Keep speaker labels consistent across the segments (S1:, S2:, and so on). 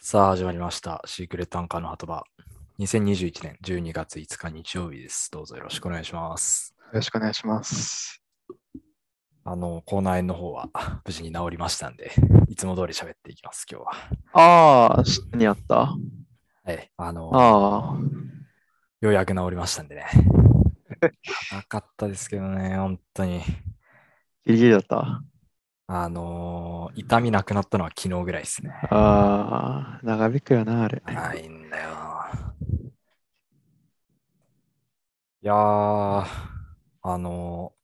S1: さあ、始まりました。シークレットアンカーの鳩場。2021年12月5日日曜日です。どうぞよろしくお願いします。
S2: よろしくお願いします。
S1: あの、口内炎の方は 無事に治りましたんで、いつも通り喋っていきます、今日
S2: は。ああ、何やったは
S1: え、あの、
S2: ああ。
S1: ようやく治りましたんでね。なかったですけどね、本当に。
S2: ギリギリだった
S1: あのー痛みなくなったのは昨日ぐらいですね。
S2: ああ、長引くよな、あれ。
S1: ないんだよ。いやー、あの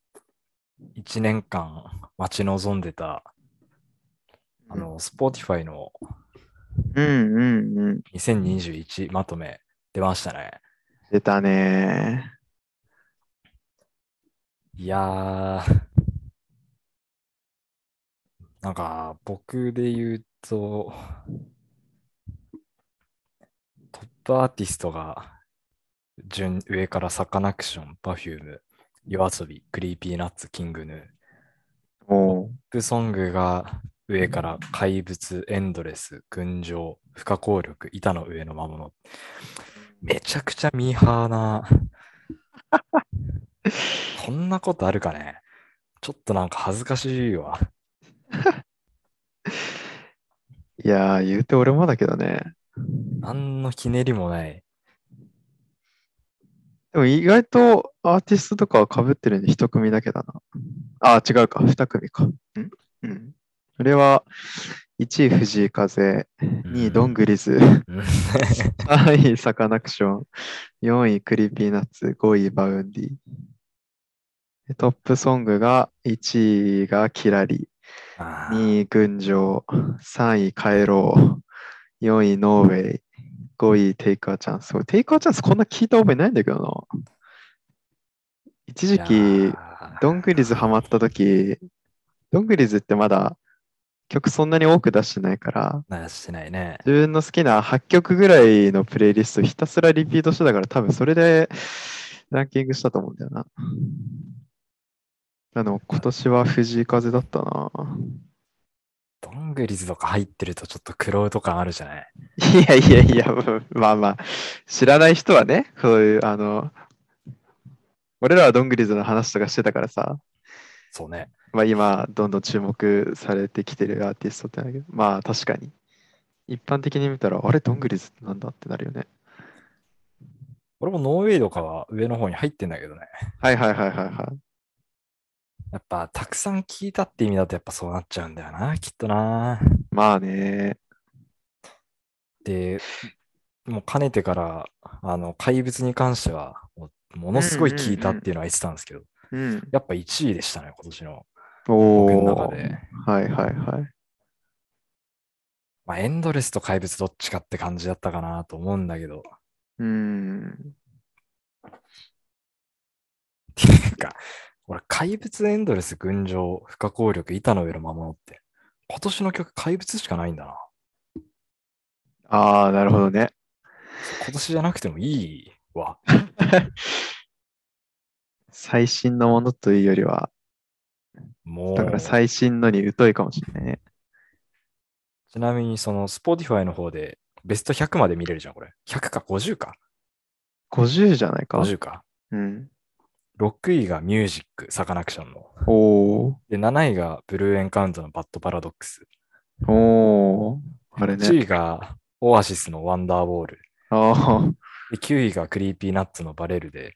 S1: ー、1年間待ち望んでた、あのー、Spotify の
S2: うんうんうん。
S1: 2021まとめ出ましたね。
S2: 出たね
S1: いやー、なんか僕で言うと、トップアーティストが順上からサカナクション、パフューム、夜遊び、クリーピーナッツ、キングヌー。
S2: お
S1: ポ
S2: う
S1: ップソングが上から怪物、エンドレス、群青、不可抗力、板の上の魔物。めちゃくちゃミーハー な。こんなことあるかねちょっとなんか恥ずかしいわ。
S2: いやー、言うて俺もだけどね。
S1: 何のひねりもない。
S2: でも意外とアーティストとかは被ってるんで一組だけだな。あー、違うか。二組か。んうん。俺は、1位藤井風、2位ドングリズ、
S1: うん
S2: 3位サカナクション、4位クリーピーナッツ、5位バウンディ。でトップソングが、1位がキラリ、
S1: あー
S2: 2位群青、3位帰ろう、4位ノーウェイ、5位テイクアチャンス。テイクアチャンスこんな聞いた覚えないんだけどな。一時
S1: いや
S2: 期、
S1: ー
S2: ドングリズハマった時、ドングリズってまだ曲そんなに多く出してないから、
S1: なしてないね。
S2: 自分の好きな8曲ぐらいのプレイリストひたすらリピートしてたから多分それでランキングしたと思うんだよな。あの、今年は藤井風だったな。
S1: どんぐりずとか入ってるとちょっとクロウとかあるじゃない
S2: いやいやいや、まあまあ、知らない人はね、そういう、あの、俺らはどんぐりずの話とかしてたからさ、
S1: そうね。
S2: まあ今、どんどん注目されてきてるアーティストってなんだけど、まあ確かに。一般的に見たら、あれ、どんぐりずってなんだってなるよね。
S1: 俺もノーウェイとかは上の方に入ってんだけどね。
S2: はいはいはいはいはい。
S1: やっぱたくさん聞いたって意味だとやっぱそうなっちゃうんだよな、きっとな。
S2: まあね。
S1: で、もうかねてから、あの、怪物に関しては、もうものすごい聞いたっていうのは言ってたんですけど、
S2: うん。
S1: やっぱ1位でしたね、今年の
S2: お
S1: 僕の
S2: ー
S1: 中で。
S2: はいはいはい。
S1: まあ、エンドレスと怪物どっちかって感じだったかなと思うんだけど、
S2: うん。
S1: っていうか、俺、怪物エンドレス群青、不可抗力、板の上の魔物って、今年の曲怪物しかないんだな。
S2: ああ、なるほどね。
S1: 今年じゃなくてもいいわ。
S2: 最新のものというよりは、
S1: もう。
S2: だから最新のに疎いかもしれないね。
S1: ちなみに、その Spotify の方でベスト100まで見れるじゃん、これ。100か50か。
S2: 50じゃないか。
S1: 50か。
S2: うん。
S1: 6位がミュージック、サカナクションの。
S2: おー。
S1: で、7位がブルーエンカウントのバッドパラドックス。
S2: おー。あれ
S1: 1
S2: ね。
S1: 位がオアシスのワンダーボール。
S2: あ
S1: で、9位がクリーピーナッツのバレルで、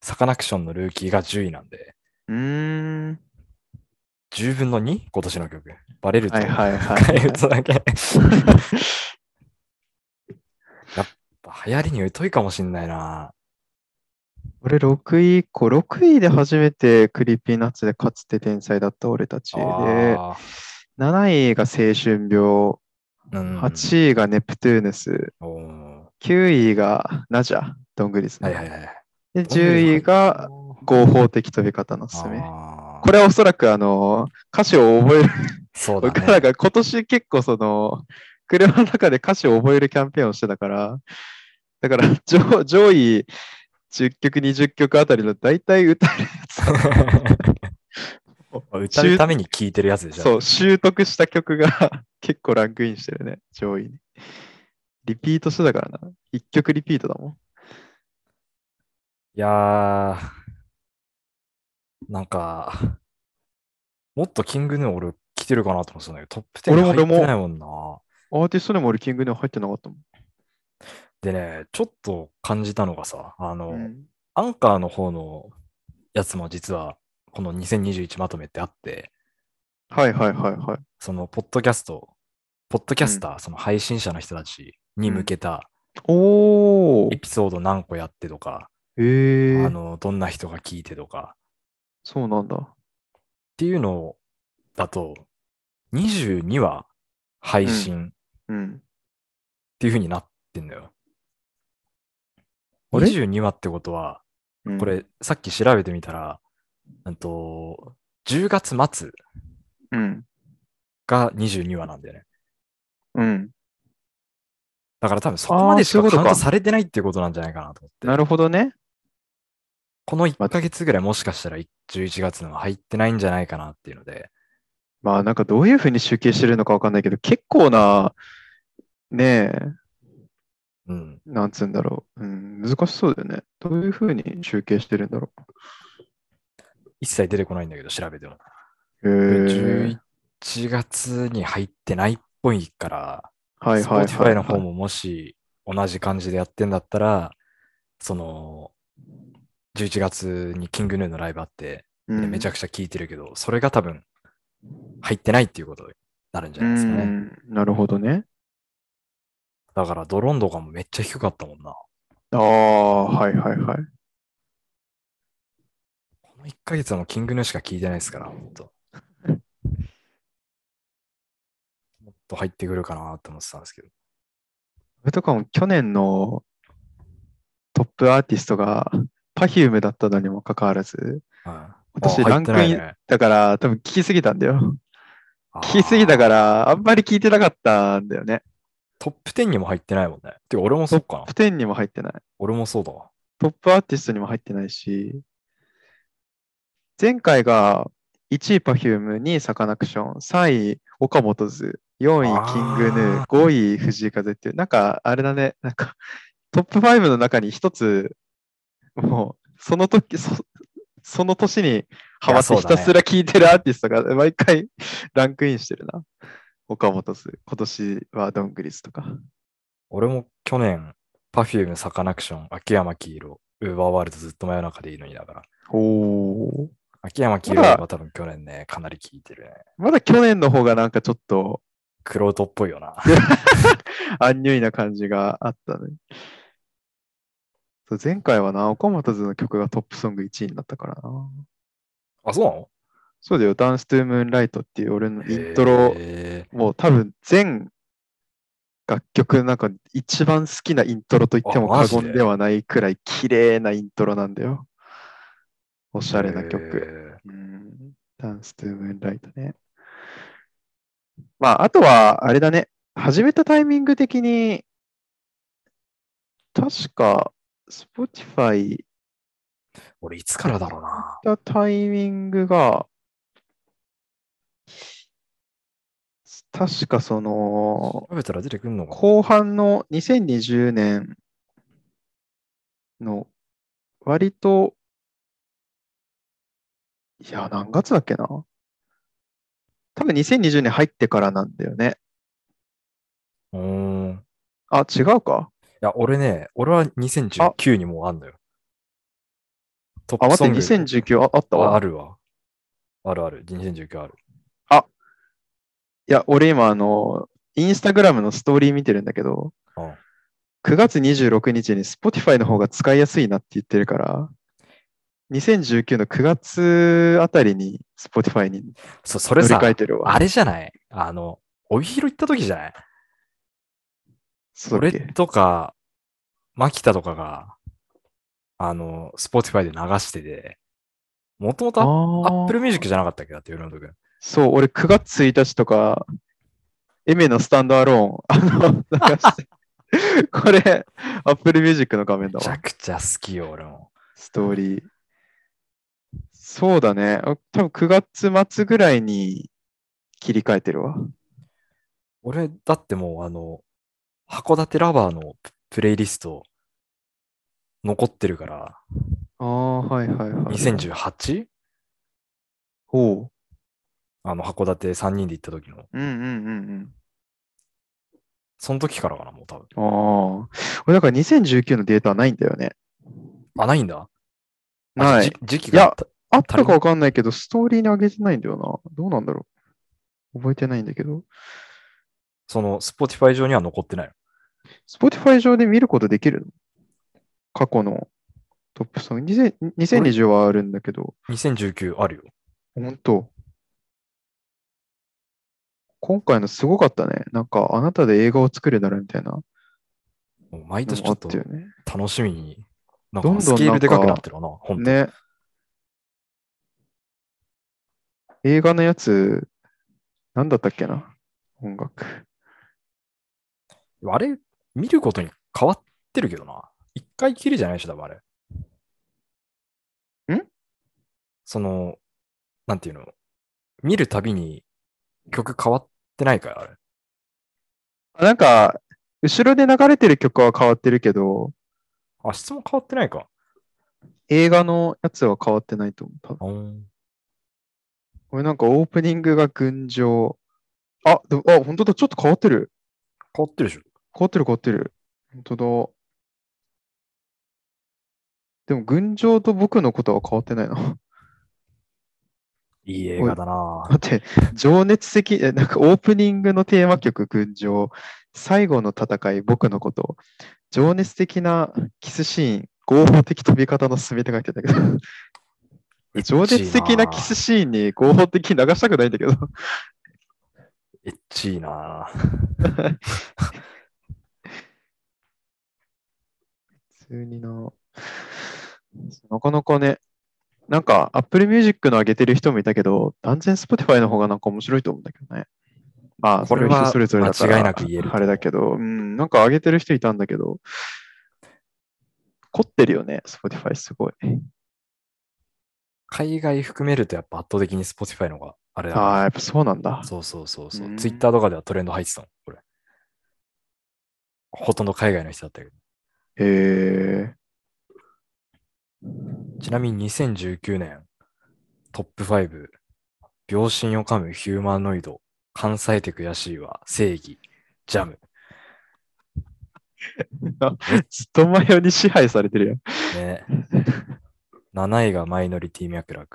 S1: サカナクションのルーキーが10位なんで、
S2: あ。うーん。
S1: 10分の 2? 今年の曲。バレルと
S2: はいはいは い
S1: 替え歌だ け。やっぱ流行りに疎いかもしんないな。
S2: 俺6位以降、6位で初めてクリーピーナッツでかつて天才だった俺たちで、
S1: あ
S2: 7位が青春病、
S1: ーうん
S2: 8位がネプトゥーヌス、
S1: おー
S2: 9位がナジャ、ドングリスね
S1: はいはいはい。
S2: で、10位が合法的飛び方のおすすめ。
S1: あー
S2: これはおそらくあの、歌詞を覚える、
S1: そうだ
S2: 僕ら
S1: ね。
S2: が今年結構その、車の中で歌詞を覚えるキャンペーンをしてたから、だから上上位10曲、20曲あたりの大体歌えるや
S1: 歌うために聴いてるやつで
S2: つ、
S1: しょ。
S2: そう、習得した曲が結構ランクインしてるね、上位に。リピートしてたからな。一曲リピートだもん。
S1: いやー、なんか、もっとキングヌー俺来てるかなと思ってたんだけど、トップ10に入
S2: 俺も俺
S1: っ
S2: も
S1: てないもんな。
S2: アーティストでも俺キングには入ってなかったもん。
S1: でね、ちょっと感じたのがさ、あの、
S2: うん
S1: アンカーの方のやつも実は、この2021まとめってあって、
S2: はいはいはいはい。
S1: その、ポッドキャスト、ポッドキャスター、その配信者の人たちに向けた
S2: おー
S1: エピソード何個やってとか、
S2: へえ
S1: あの、どんな人が聞いてとか、
S2: そうなんだ。
S1: っていうのだと、22話配信っ
S2: うん。
S1: ていう風になってんだよ。
S2: あれ
S1: 22話ってことは、
S2: うん
S1: こ、れさっき調べてみたら、うんと、10月末
S2: うん。
S1: が22話なんだよね。
S2: うん。
S1: だから多分そこまでし
S2: あーそう
S1: か
S2: いうこと
S1: カウ
S2: か
S1: ントされてないっていうことなんじゃないかなと思って。
S2: なるほどね。
S1: この1ヶ月ぐらいもしかしたら11月のは入ってないんじゃないかなっていうので、
S2: まあなんかどういうふうに集計してるのかわかんないけど、結構な、ねえ、
S1: うん。
S2: なんつうんだろう。うん、難しそうだよね。どういうふうに集計してるんだろ
S1: 一切出てこないんだけど、調べても。
S2: う。へえ。
S1: 11月に入ってないっぽいから、
S2: はいはいはい、は
S1: Spotify
S2: い。
S1: の方ももし同じ感じでやってんだったら、その、11月にキングヌーのライブあって、
S2: うん、
S1: めち
S2: ゃ
S1: ゃくちゃ聴いてるけど、それが多分入ってないっていうことになるんじゃないですかね。
S2: うん、なるほどね。
S1: だからドローンとかもめっちゃ低かったもんな。
S2: ああ、はいはいはい。
S1: この1ヶ月はもうキングヌーしか聴いてないですから、ほんと。もっと入ってくるかなと思ってたんですけど。
S2: それとかも去年のトップアーティストが Perfume だったのにもかかわらず、
S1: うん
S2: 私
S1: あ入って
S2: ランクイン
S1: ないね
S2: だから多分聞きすぎたんだよ。
S1: あー
S2: 聞きすぎたから、あんまり聞いてなかったんだよね。
S1: トップ10にも入ってないもんね。てか俺もそうかな
S2: トッ。プ10にも入ってない。
S1: 俺もそうだわ。
S2: トップアーティストにも入ってないし、前回が1位 Perfume、2位サカナクション、3位岡本図、4
S1: あ
S2: 位
S1: ー
S2: キングヌー、5位藤井風っていう、なんかあれだね、なんかトップ5の中に一つ、もうその時、そその年にハマって
S1: いやそ
S2: ひ
S1: うだね
S2: たすら聴いてるアーティストが毎回ランクインしてるな。岡本図、今年はドングリスとか。
S1: 俺も去年、Perfume、サカナクション、秋山黄色、ウーバーワールドずっと真夜中でいいのにだから。
S2: おー。
S1: 秋山黄色は多分去年ね、かなり聞いてるね。
S2: まだ去年の方がなんかちょっと
S1: クロートっぽいよ な。
S2: アンニュイな感じがあったね。そう前回はな、岡本図の曲がトップソング1位になったからな。
S1: あ、そうなの
S2: そうだよ、ダンストゥームーンライトっていう俺のイントロ、
S1: へー
S2: もう多分全楽曲の中で一番好きなイントロと言っても
S1: あマ
S2: 過
S1: ジで
S2: 言ではないくらい綺麗なイントロなんだよ。おしゃれな曲。
S1: へー
S2: うんダンストゥームーンライトね。まあ、あとは、あれだね。始めたタイミング的に、確か、Spotify 行
S1: 俺、いつからだろうな。
S2: ったタイミングが、確かその、
S1: 食べたら出てくんのか。
S2: 後半の2020年の割と、いや、何月だっけな。多分2020年入ってからなんだよね。
S1: うーん。い
S2: あ、違うか。
S1: や、俺ね、俺は2019にもうあんのよ。ト
S2: あ、
S1: ップ
S2: 待
S1: ソ
S2: っ
S1: ン
S2: て、
S1: グ。
S2: 2019ああった
S1: あ
S2: わ。
S1: あるわ。あるある。2019ある。
S2: いや、俺今、あの、インスタグラムのストーリー見てるんだけど、
S1: うん
S2: 9月26日に Spotify の方が使いやすいなって言ってるから、2019の9月あたりに Spotify に
S1: そう、それ
S2: 乗り
S1: さ、
S2: 換えてるわ。
S1: あれじゃないあの、帯広行った時じゃない
S2: そうだっ
S1: 俺
S2: け
S1: とか、牧田とかが、あの、Spotify で流してて、もともと
S2: あー
S1: Apple Music じゃなかったっけだって、夜の時。
S2: そう、俺9月1日とか、エメのスタンドアローン、あ の、流して、これ、Apple Music の画面
S1: め
S2: だ
S1: ちゃ
S2: わ、
S1: くちゃ好きよ、俺も。
S2: ストーリー。そうだね、あ多分9月末ぐらいに切り替えてるわ。
S1: 俺、だってもう、あの、函館ラバーのプレイリスト残ってるから、
S2: ああ、はいはいはい。
S1: 2018?
S2: おう。
S1: あの、函館3人で行った時の、
S2: うんうんうん
S1: その時からかな、もう多分。
S2: うん。ああ。俺だから2019のデータはないんだよね。
S1: あ、ないんだ。あ
S2: ない
S1: じ。時期があった。
S2: あったかわかんないけど、ストーリーに上げてないんだよな。どうなんだろう。覚えてないんだけど。
S1: その、Spotify 上には残ってないの。
S2: Spotify 上で見ることできるの過去のトップソング。2000 2020はあるんだけど、
S1: 2019あるよ。
S2: 本当今回のすごかったね。なんか、あなたで映画を作るならみたいな
S1: もう毎
S2: の
S1: 年
S2: も
S1: ち
S2: あ
S1: ょ
S2: っ
S1: っと
S2: たよね。
S1: 楽しみに、なん
S2: どんどん
S1: かスケールでかくなってるな、本当に。
S2: ね。映画のやつ、なんだったっけな音楽。
S1: あれ、見ることに変わってるけどな。一回きりじゃないでしょ、多分あれ。
S2: ん
S1: その、なんていうの、見るたびに曲変わってないから、あれ。
S2: なんか、後ろで流れてる曲は変わってるけど、
S1: あ、質問変わってないか。
S2: 映画のやつは変わってないと思う。多分
S1: うん
S2: これなんかオープニングが群青。あ、でも、あ、本当だ。ちょっと変わってる。
S1: 変わってるでしょ。
S2: 変わってる変わってる。本当だ。でも、群青と僕のことは変わってないな。
S1: いい映画だな
S2: 待って、情熱的、えなんかオープニングのテーマ曲、群青、最後の戦い、僕のこと、情熱的なキスシーン、合法的飛び方のすべて書いてたけど、
S1: エッチ
S2: 情熱的なキスシーンに合法的に流したくないんだけど、
S1: エッチいな
S2: 普通にな、なかなかね、なんか Apple Music の上げてる人もいたけど、断然 Spotify の方がなんか面白いと思うんだけどね。まあ、
S1: これは
S2: それは人それぞれだから
S1: 間違いなく言えると思う
S2: あれだけど、うん、なんか上げてる人いたんだけど、凝ってるよね、Spotify すごい。
S1: 海外含めるとやっぱ圧倒的に Spotify の方があれだ
S2: ああ、
S1: な
S2: やっぱそうなんだ。
S1: そうそうそうそうう。
S2: ん
S1: Twitter とかではトレンド入ってたの、これ。ほとんど海外の人だったけど。
S2: へ え。
S1: ちなみに2019年、トップ5、秒針を噛むヒューマノイド、関西テ悔しいは正義、ジャム。
S2: ずっと前に支配されて るよ。
S1: ね、7位がマイノリティ脈絡。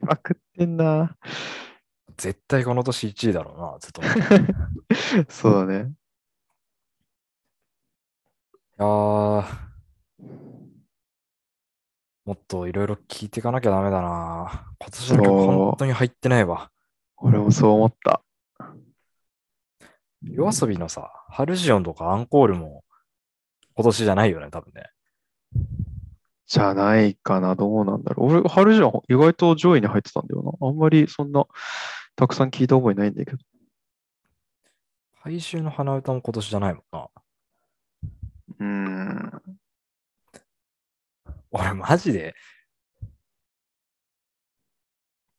S2: まくってんな。
S1: 絶対この年1位だろうな、ずっと思 って。い
S2: そうだね。
S1: やーもっといろいろ聞いていかなきゃダメだな。今年の曲
S2: そう
S1: 本当に入ってないわ。
S2: 俺もそう思った。
S1: 夜遊びのさ、ハルジオンとかアンコールも今年じゃないよね、多分ね。
S2: じゃないかな、どうなんだろう。俺、春じゃん、意外と上位に入ってたんだよな。あんまりそんな、たくさん聞いた覚えないんだけど。
S1: 回収の花歌も今年じゃないもんな。
S2: うーん。
S1: 俺マジで、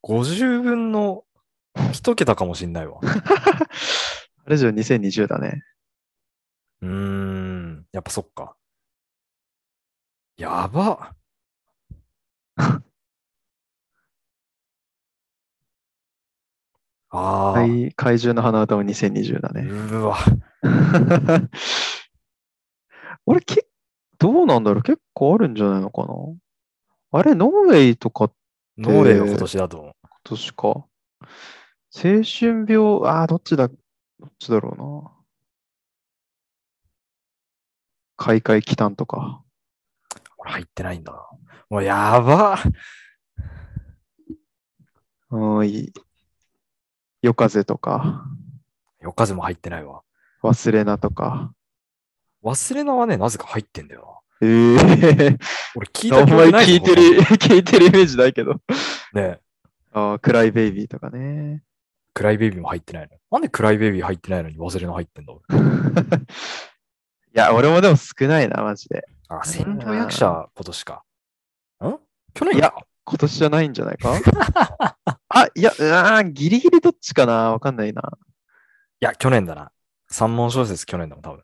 S1: 50分の1桁かもしんない わ。
S2: 春じゃん、2020だね。
S1: うーん、やっぱそっか。や ば。ああ、
S2: 怪怪獣の花歌も2020だ ね。
S1: うわ。
S2: 俺、け、どうなんだろう。結構あるんじゃないのかな。あれ、ノーウェイとか今
S1: ノーレイが今年だと思う。
S2: 年か。青春病、ああ、どっちだ、どっちだろうな。開会期間とか。
S1: 俺入ってないんだな。もうやば。
S2: うん、いい。夜風とか、
S1: 夜風も入ってないわ。
S2: 忘れなとか。
S1: 忘れなはね、なぜか入ってんだよな。
S2: ええ
S1: 俺 聞い
S2: あ
S1: た
S2: ん
S1: 記
S2: ま
S1: 憶
S2: り
S1: ない
S2: 聞いてる、
S1: ほ
S2: 聞いてるイメージないけど。
S1: とんどね
S2: ああ、クライベイビーとかね。
S1: クライベイビーも入ってないの。なんでクライベイビー入ってないのに忘れの入ってんだ俺
S2: いや、俺もでも少ないな、マジで。
S1: あ、千両役者今年か。ん去年
S2: いや
S1: か。
S2: 今年じゃないんじゃないか あ、いや、あギリギリどっちかなわかんないな。
S1: いや、去年だな。三問小説去年だもん、多分。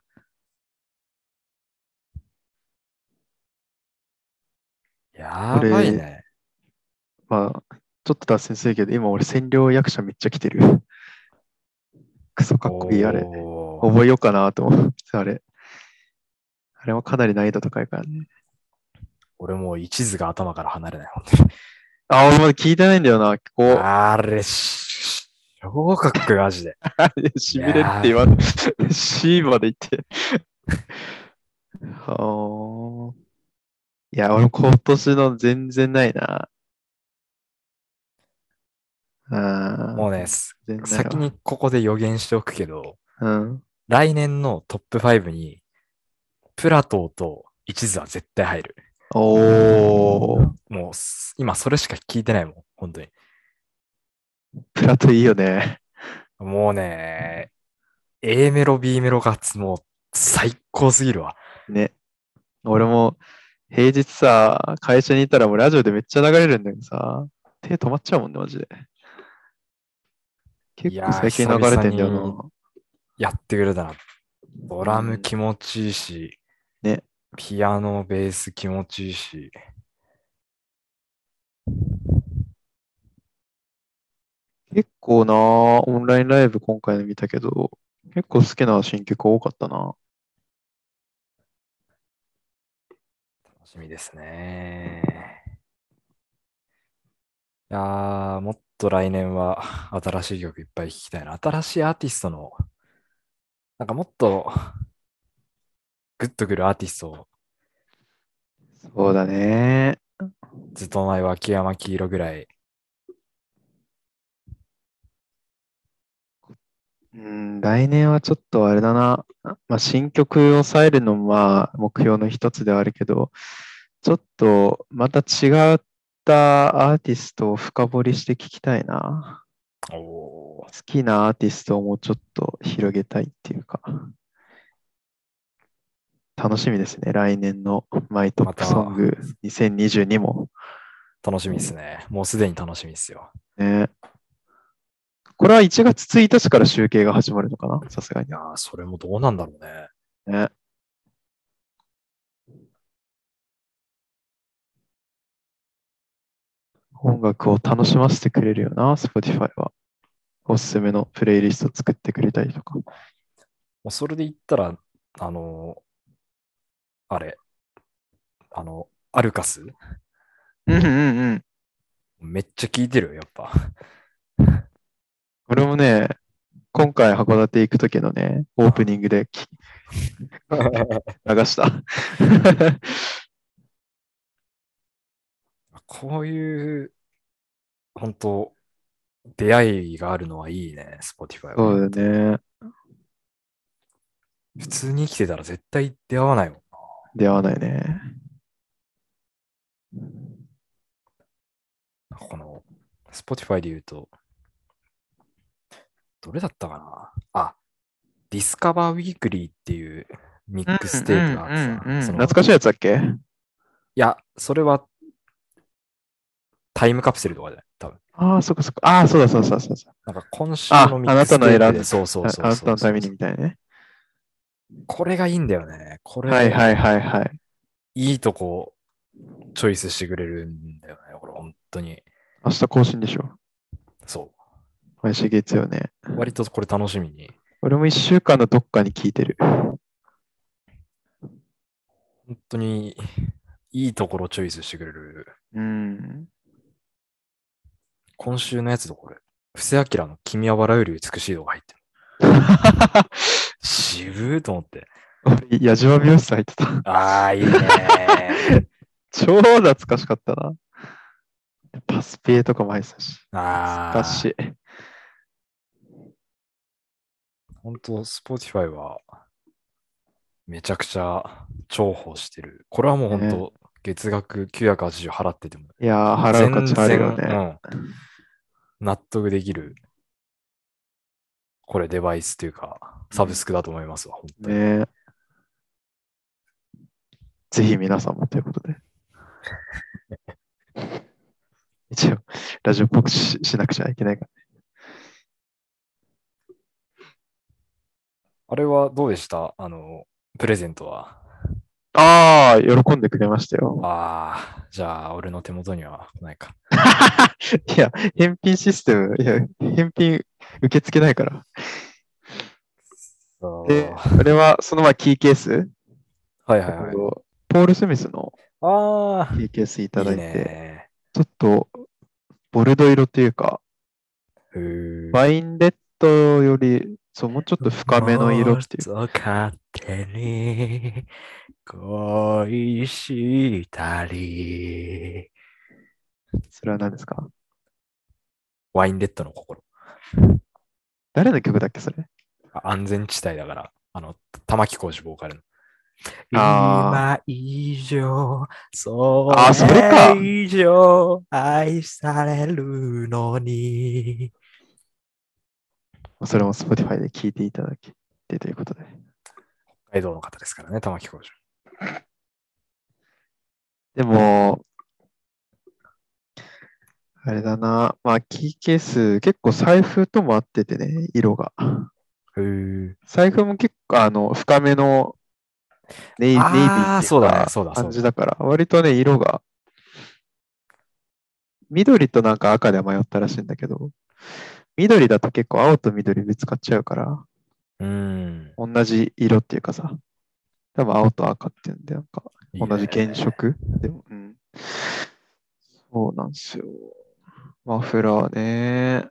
S1: やばいね。
S2: まあ、ちょっと脱線するけど、今俺占領役者めっちゃ来てる。クソかっこいいあれ。
S1: おー
S2: 覚えようかなと思う。あれ。あれはかなり難易度高いからね。
S1: 俺もう一途が頭から離れない。
S2: あ、俺まだ聞いてないんだよな。こう、
S1: あれ、し小学マジで。
S2: しびれるって言わない。C まで行って。はーいや、俺今年の全然ないな。あー
S1: もうね、す
S2: 全然ないわ
S1: 先にここで予言しておくけど、
S2: うん。
S1: 来年のトップ5に、プラトーと一途は絶対入る。
S2: おー。
S1: もうす、今それしか聞いてないもん、本当に。
S2: プラトいいよね。
S1: もうね、A メロ、B メロがつもう最高すぎるわ。
S2: ね。俺も平日さ、会社にいたらもうラジオでめっちゃ流れるんだけどさ、手止まっちゃうもんね、マジで。結
S1: いや
S2: 構
S1: ー
S2: 最近流れてんだよ
S1: 久々
S2: な。
S1: やってくれたな。ドラム気持ちいいし、
S2: ね
S1: ピアノ、ベース気持ちいいし。
S2: 結構な、オンラインライブ今回の見たけど、結構好きな新曲多かったな。
S1: 楽しみですね。いやー、もっと来年は新しい曲いっぱい聴きたいな。新しいアーティストの、なんかもっとグッとくるアーティストを
S2: そうだね。
S1: ずっと前は秋山黄色ぐらい。
S2: うん、来年はちょっとあれだな。まあ、新曲を抑えるのもまあ目標の一つではあるけど、ちょっとまた違ったアーティストを深掘りして聞きたいな。
S1: お
S2: 好きなアーティストをもうちょっと広げたいっていうか。楽しみですね。来年のマイトップソング2022も。
S1: 楽しみですね。もうすでに楽しみですよ。
S2: ね。これは1月1日から集計が始まるのかなさすがに
S1: い。やー、それもどうなんだろうね。
S2: ね。音楽を楽しませてくれるよな、Spotify は。おすすめのプレイリスト作ってくれたりとか。
S1: もうそれで言ったら、あのーあれ、あの、アルカス
S2: うんうんうん。
S1: めっちゃ聴いてるよ、やっぱ。
S2: 俺もね、今回函館行く時のね、オープニングでき流 した。
S1: こういう、本当出会いがあるのはいいね、Spotify
S2: そ
S1: は。
S2: うだね。
S1: 普通に生きてたら絶対出会わないもんな。
S2: 出会わないね。
S1: なんかこの、Spotify で言うと、どれだったかなあ、ディスカバーウィークリーっていうミックステープがあって
S2: うんうんうんうん
S1: さ、その
S2: 懐かしいやつだっけ
S1: いや、それはタイムカプセルとかじゃない多分。
S2: ああ、そっかそっか。ああ、そうだそうだそうだそうだ。
S1: なんか今週
S2: あ
S1: のミックステープで
S2: あなたの選んだ
S1: そうそうそうそう
S2: ああなたのためにみたいなね。
S1: これがいいんだよね。これ、
S2: はいはいはいはい。
S1: いいとこ、チョイスしてくれるんだよね。これ、本当に。
S2: 明日更新でしょ。
S1: そ
S2: 毎週月曜ね。
S1: う。割とこれ楽しみに。
S2: 俺も一週間のどっかに聞いてる。
S1: 本当に、いいところチョイスしてくれる。
S2: うん。
S1: 今週のやつとこれ、布施明の君は笑うより美しい動画入ってる。渋ーと思って。
S2: 俺、 矢島美容室入ってた。
S1: あー、いい ね
S2: 超懐かしかったな。パスペイとかも入ってたし。
S1: あ
S2: 懐
S1: ー
S2: かしい。
S1: 本当 Spotify は、めちゃくちゃ重宝してる。これはもう本当、月額980払ってても、
S2: いやー、払う価値あるよ
S1: 全
S2: ね。
S1: 然うん納得できる、これデバイスというか、サブスクだと思いますわ、本当に。
S2: ねぜひ皆さんもということで。 一応、ラジオっぽくししなくちゃいけないから。
S1: あれはどうでしたあの、プレゼントは。
S2: ああ、喜んでくれましたよ。
S1: ああ、じゃあ、俺の手元には来ないか。
S2: いや、返品システム、いや、返品受け付けないから。
S1: そう
S2: で、俺はそのままキーケース、
S1: はいはいはい。
S2: ポール・スミスの
S1: ああ、
S2: キーケースいただいて、
S1: いね。
S2: ちょっとボルド色というか、
S1: うー
S2: ワインレッドより、そう、もうちょっと深めの色っていう。
S1: う。もっと勝手に恋したり。
S2: それは何ですか
S1: ワインレッドの心。
S2: 誰の曲だっけ、それ。
S1: あ安全地帯だから。あの、玉置浩二ボーカルの。
S2: あ
S1: 今以上、そ
S2: あーそれか
S1: れ以上愛されるのに。
S2: それも Spotify で聴いていただきてということで。
S1: 北海道の方ですからね、玉置浩二。
S2: でも、あれだな、まあ、キーケース、結構財布とも合っててね、色が。
S1: へえ。
S2: 財布も結構、あの、深めのネイネイビ
S1: あー
S2: ーってい
S1: そううだ
S2: か
S1: ねそうだそうだ
S2: 感じだから、割とね、色が、緑となんか赤で迷ったらしいんだけど、緑だと結構青と緑ぶつかっちゃうから、
S1: うん。
S2: 同じ色っていうかさ、多分青と赤っていうんで、なんか、
S1: いいね
S2: 同じ原色でも、うん。そうなんですよ。マフラーね。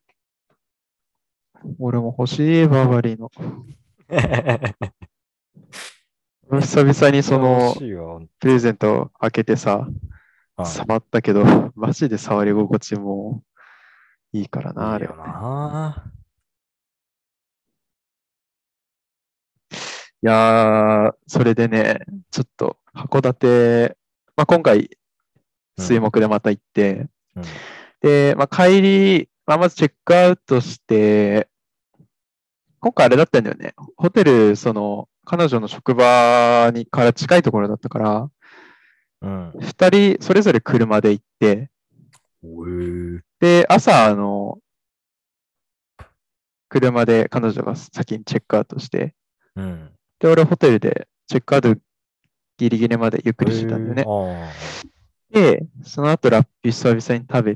S2: 俺も欲しい、バーバリーの。 久々にその
S1: 楽しいわ
S2: プレゼントを開けてさ、
S1: はい
S2: 触ったけど、 マジで触り心地もいいからな、あれ
S1: いいよな。
S2: いやー、それでね、ちょっと函館、まあ、今回、
S1: うん
S2: 水木でまた行って、
S1: うん
S2: で、まあ、帰り、まあ、まずチェックアウトして、今回あれだったんだよね。ホテル、その、彼女の職場にから近いところだったから、
S1: うん。
S2: 二人それぞれ車で行って、
S1: おー
S2: で、朝、あの、車で彼女が先にチェックアウトして、
S1: うん。
S2: で、俺ホテルでチェックアウトギリギリまでゆっくりしてたんだよね
S1: へ。ーあ
S2: で、その後ラッピー久々に食べ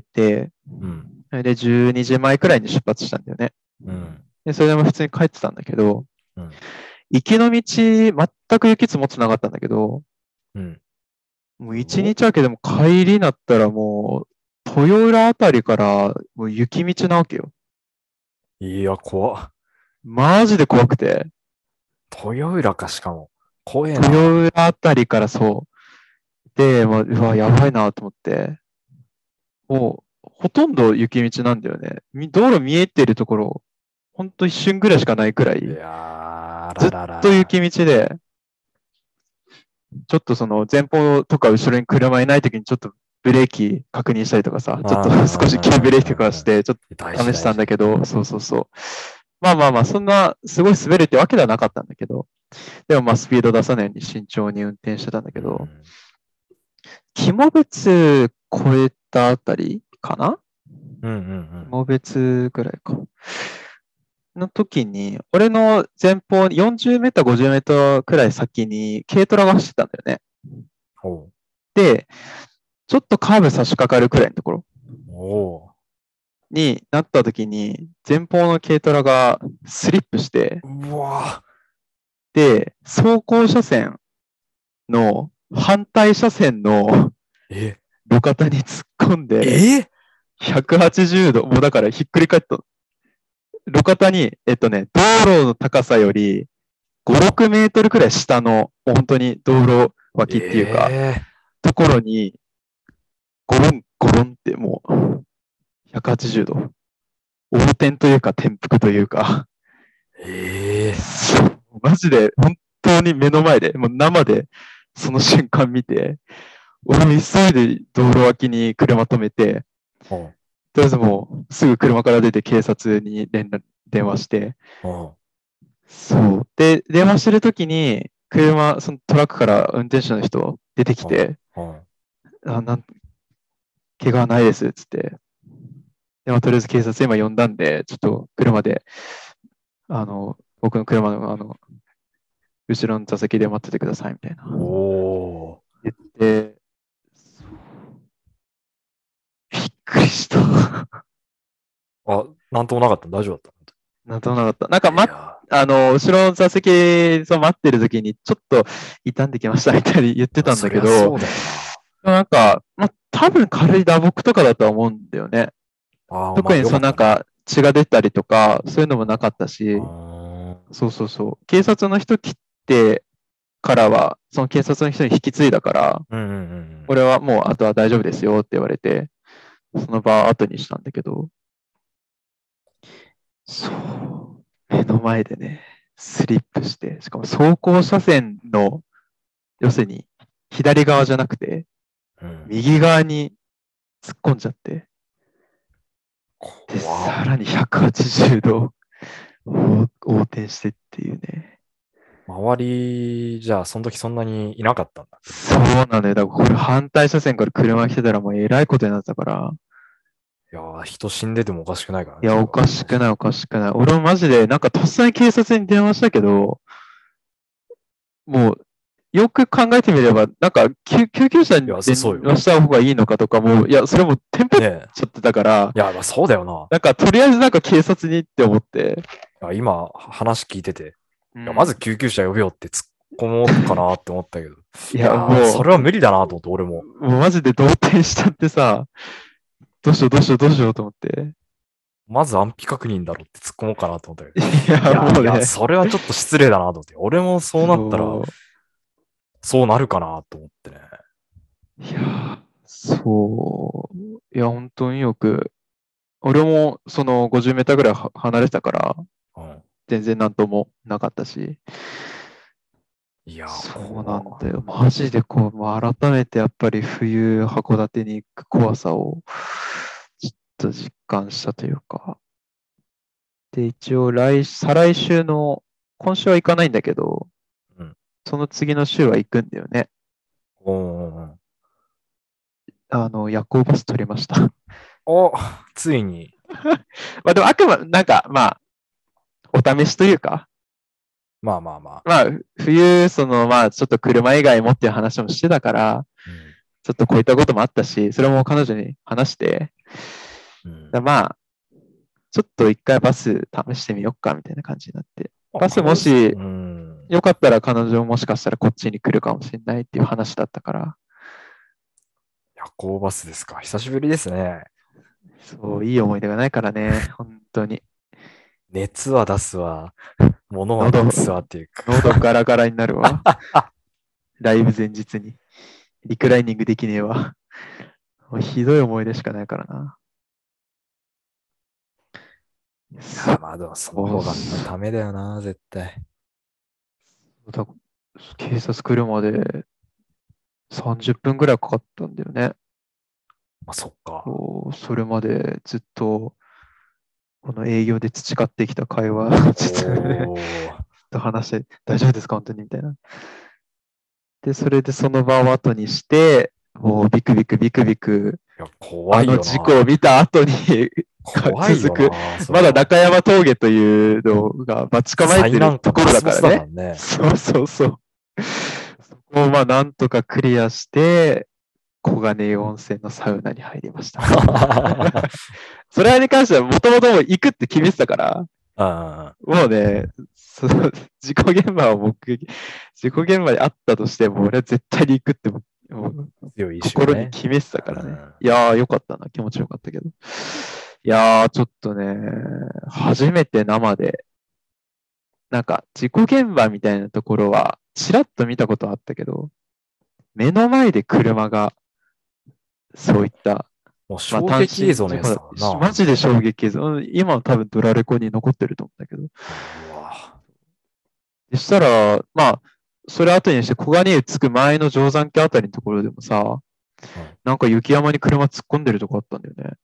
S1: ー
S2: て、
S1: うん。
S2: で、12時前くらいに出発したんだよね。
S1: うん。
S2: で、それでも普通に帰ってたんだけど、
S1: うん
S2: 行きの道、全く雪積もってなかったんだけど、
S1: うん。
S2: もう1日明けでも帰りになったらもう、豊浦あたりからもう雪道なわけよ。
S1: いや、怖っ。
S2: マジで怖くて、
S1: 豊浦かしかも。怖えな。
S2: 豊浦あたりからそう。で、まあ、うわ、やばいなと思って、もう、ほとんど雪道なんだよね。み道路見えてるところ、ほんと一瞬ぐらいしかないくらい。
S1: いやー、
S2: ずっ
S1: ららら
S2: と雪道で、ちょっとその前方とか後ろに車いないときにちょっとブレーキ確認したりとかさ、ちょっと
S1: あー
S2: 少し急ブレーキとかして、ちょっ
S1: 大
S2: と
S1: 事
S2: 試したんだ
S1: 大事
S2: けど、そうそうそう。まあまあまあ、そんなすごい滑るってわけではなかったんだけど、でもまあスピード出さないように慎重に運転してたんだけ
S1: う
S2: ど、
S1: ん
S2: 肝別超えたあたりかな
S1: うんうん
S2: もう別ぐらいか。の時に、俺の前方40メーター、50メーターくらい先に軽トラが走ってたんだよね。
S1: うん。おう
S2: で、ちょっとカーブ差し掛かるくらいのところ
S1: おう。
S2: になった時に、前方の軽トラがスリップして、
S1: うわ
S2: で、走行車線の反対車線の
S1: え、
S2: 路肩に突っ込んで、
S1: え
S2: 180度、もうだからひっくり返ったの。路肩に、えっとね、道路の高さより5、6メートルくらい下の、もう本当に道路脇っていうか、
S1: え
S2: ところに、ゴロンゴロンってもう、180度。横転というか転覆というか、
S1: ーえー
S2: マジで本当に目の前で、もう生でその瞬間見て、俺も急いで道路脇に車止めて、
S1: おう
S2: とりあえずもう、すぐ車から出て警察に連絡、電話して、
S1: おう
S2: そう。で、電話してる時に、車、そのトラックから運転手の人出てきて、
S1: おう
S2: あ、なん、怪我はないです、つって。で、まあとりあえず警察今呼んだんで、ちょっと車で、あの、僕の車のあの、後ろの座席で待っててくださいみたいな。
S1: おー。
S2: で、そうびっくりした。
S1: あ、なんともなかった。大丈夫だっ
S2: なんともなかった。なんか、
S1: た。
S2: ま
S1: い、や
S2: あの、後ろの座席、そう待ってる時に、ちょっと傷んできましたみたいに言ってたんだけ
S1: そりゃそ
S2: ど、
S1: うだよ
S2: なんか、まあ、多分軽い打撲とかだとは思うんだよね。
S1: なあー
S2: 特にその
S1: まあ
S2: なんか、血が出たりとか、そういうのもなかったし
S1: よ、かった
S2: そうそうそう。警察の人来てからは、その警察の人に引き継いだから、
S1: うーんうんうんうん。
S2: 俺はもうあとは大丈夫ですよって言われて、その場を後にしたんだけど、そう、目の前でね、スリップして、しかも走行車線の、要するに左側じゃなくて、
S1: うん
S2: 右側に突っ込んじゃって、で、
S1: 怖
S2: さらに180度横横転してっていうね。
S1: 周り、じゃあ、その時そんなにいなかったんだ。
S2: そうなんだよ。だからこれ反対車線から車来てたらもうえらいことになってたから。
S1: いやー、人死んでてもおかしくないから
S2: い
S1: ね。
S2: や、おかしくない、おかしくない。俺もマジで、なんかとっさに警察に電話したけど、もう、よく考えてみれば、なんか救救急車
S1: い
S2: に電
S1: や
S2: 話
S1: そうそうよ
S2: した方がいいのかとかも、いや、それもテンパっち
S1: ねえ
S2: ゃってたから、
S1: いや、まあそうだよな
S2: なんかとりあえずなんか警察にって思って。。
S1: いや今、話聞いてて、
S2: い
S1: いやまず、救急車呼べよって突っ込もうかなって思ったけど。
S2: いや、
S1: ー
S2: もう
S1: そ、れは無理だなと思って、俺も。
S2: もうマジで動転しちゃってさ、どうしよう、どうしよう、どうしようと思って。
S1: まず安否確認だろって突っ込もうかなと思ったけど。
S2: い
S1: いや
S2: や、もう
S1: いや
S2: ね。
S1: それはちょっと失礼だなと思って。俺もそうなったら、
S2: そう
S1: そうなるかなと思ってね。
S2: いやー、そう。いや、本当によく。俺も、その、50メーターぐらいは離れてたから、
S1: うん、
S2: 全然なんともなかったし。
S1: いや、
S2: そうなんだよ。マジで、こう、まあ改めてやっぱり冬、函館に行く怖さを、ちょっと実感したというか。で、一応、来、再来週の、今週は行かないんだけど
S1: うん、
S2: その次の週は行くんだよね。
S1: うんうんうん
S2: あの、夜行バス取りました。
S1: お、ついに。
S2: まあでもあくま、なんか、まあ、お試しというか、
S1: まあまあまあ。
S2: まあ、冬、その、まあ、ちょっと車以外もっていう話もしてたから、ちょっとこういったこともあったし、それも彼女に話して、
S1: うんうん
S2: だまあ、ちょっと一回バス試してみよっか、みたいな感じになって。バスもし
S1: うん、
S2: よかったら彼女ももしかしたらこっちに来るかもしれないっていう話だったから、
S1: 夜行バスですか。久しぶりですね。
S2: そう、いい思い出がないからね、本当に。
S1: 熱は出すわ。物は
S2: 喉
S1: 出すわっていうか。
S2: 喉ガラガラになる わ。ライブ前日に。リクライニングできねえわ。もうひどい思い出しかないからな。
S1: いやまあでもその方がためだよな、絶対。
S2: だ警察来るまで30分ぐらいかかったんだよね。
S1: まあそっか。
S2: こうそれまでずっと、この営業で培ってきた会話、 ちょっとね
S1: おー
S2: と話して、大丈夫ですか、本当にみたいな。で、それでその場を後にして、もうビクビクビクビク、
S1: いや、怖
S2: あ
S1: いよ
S2: の
S1: な。
S2: 事故を見た後に、
S1: 怖いよ
S2: 続
S1: な。それ
S2: まだ中山峠というのが待ち構えて
S1: 最難
S2: ると
S1: 関
S2: ころだからね。
S1: ラスボス
S2: そうそうそう。そこをまあなんとかクリアして、小金井温泉のサウナに入り ました。
S1: だからね
S2: それに関してはもともと行くって決めてたから、
S1: うんうん
S2: もうね、その事故現場を目撃、事故現場にあったとしても、俺は絶対に行くってもうもう
S1: うん。強い意志を
S2: 心に
S1: ね。
S2: 決めてたからね。
S1: うん
S2: いやー、よかったな。気持ちよかったけど。いやー、ちょっとね、初めて生で、なんか、事故現場みたいなところは、ちらっと見たことはあったけど、目の前で車が、そういった、
S1: もう
S2: まあ
S1: 衝撃映像のやつだもん
S2: 単身事故だ
S1: な。
S2: マジで衝撃映像。うん今は多分ドラレコに残ってると思うんだけど。
S1: うわ
S2: そしたら、まあ、それ後にして小金井着く前の定山家あたりのところでもさ、なんか雪山に車突っ込んでるとこあったんだよね。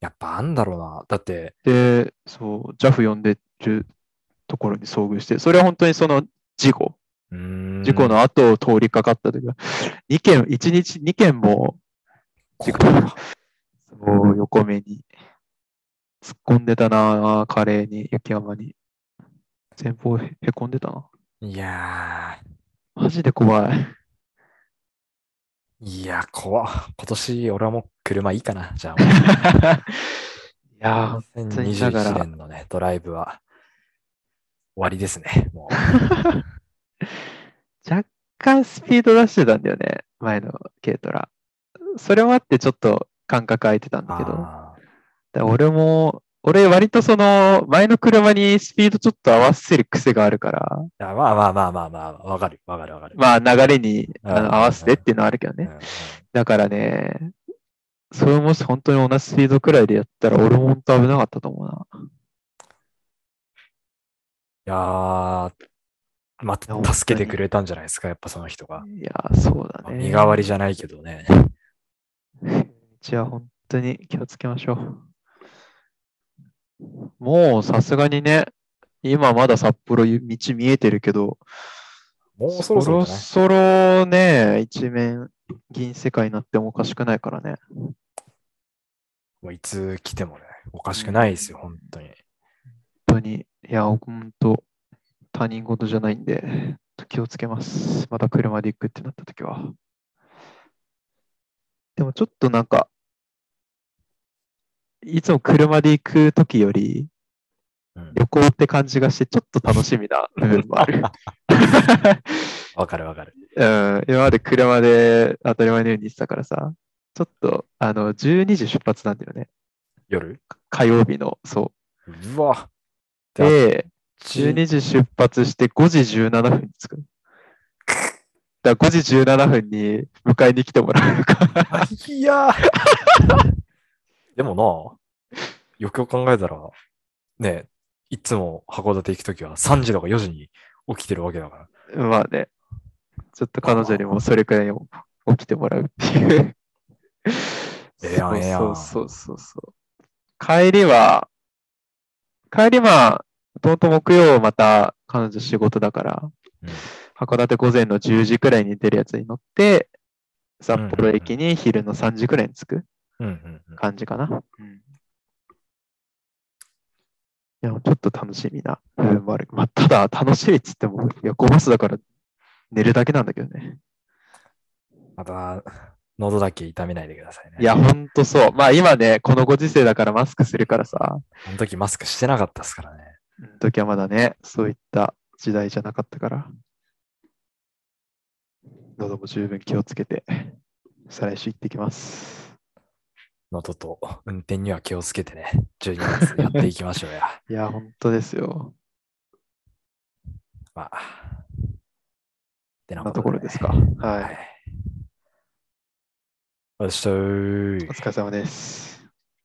S1: やっぱあんだろうな。だって、
S2: で、そう、JAF 呼んでるところに遭遇して、それは本当にその事故、
S1: うーん
S2: 事故の後を通りかかったというか、2件、1日2件も事故
S1: 怖
S2: そう横目に突っ込んでたなぁ、華麗に、雪山に。前方へへこんでたな。
S1: いや
S2: マジで怖い。
S1: ー、いや、怖っ今年俺はもう車いいかな、じゃ
S2: い
S1: あ。
S2: やー、当にだから
S1: 2021年のね、ドライブは終わりですね。も
S2: 若干スピード出してたんだよね、前の軽トラ。それもあってちょっと間隔空いてたん
S1: う。
S2: だけど。だか
S1: あ
S2: ら俺も、俺割とその前の車にスピードちょっと合わせる癖があるから、
S1: ーいやまあまあまあまあまあ、わかる、わかる、わかる。
S2: まあ流れに
S1: うん
S2: あの合わせてっていうのはあるけど
S1: うん
S2: ね。だからね、それもし本当に同じスピードくらいでやったら俺も本当危なかったと思うな。
S1: いやー、ま
S2: いや本当
S1: あ、
S2: に
S1: 助けてくれたんじゃないですか、やっぱその人が。
S2: いやー、そうだね。
S1: 身代わりじゃないけどね。
S2: じゃあ本当に気をつけましょう。もうさすがにね、今まだ札幌道見えてるけど、
S1: もうそろそろじゃない
S2: そろね、一面銀世界になってもおかしくないからね。
S1: もういつ来てもね、おかしくないですよ、本当に。
S2: 本当に、いや、本当、他人事じゃないんで、気をつけます。また車で行くってなった時は。でもちょっとなんか、いつも車で行く時より、
S1: うん
S2: 旅行って感じがして、ちょっと楽しみな部分もある。
S1: わかるわかる。
S2: うん、今まで車で当たり前のように行ってたからさ、ちょっと、あの、12時出発なんだよね。
S1: 夜
S2: 火曜日の、そう
S1: わ。
S2: う。で、
S1: ち
S2: 12時出発して5時17分に着く。だから5時17分に迎えに来てもらうから。
S1: あいやーでもな、よくよく考えたら、ね、いつも函館行くときは3時とか4時に起きてるわけだから。
S2: まあね、ちょっと彼女にもそれくらい起きてもらうっていう。
S1: ええやんええやん
S2: そうそうそうそう。帰りは、帰りは、とうとう木曜また彼女仕事だから、
S1: うん
S2: 函館午前の10時くらいに出るやつに乗って、札幌駅に昼の3時くらいに着く。
S1: うんうんうん。
S2: 感じかな。いや、ちょっと楽しみな部分もある。まあ、ただ、楽しみっつっても、夜行バスだから寝るだけなんだけどね。
S1: また、喉だけ痛めないでくださいね。
S2: いや、、ほんとそう。まあ、今ね、このご時世だからマスクするからさ、
S1: あの時マスクしてなかったですからね。
S2: うん時はまだね、そういった時代じゃなかったから。喉も十分気をつけて、再来週行ってきます。
S1: 喉と運転には気をつけてね、12月やっていきましょうや。
S2: いや、ほんとですよ。
S1: まあ。って
S2: こ
S1: なん
S2: なところですか。
S1: は
S2: はい
S1: い。よっしゃー
S2: お疲れ様です。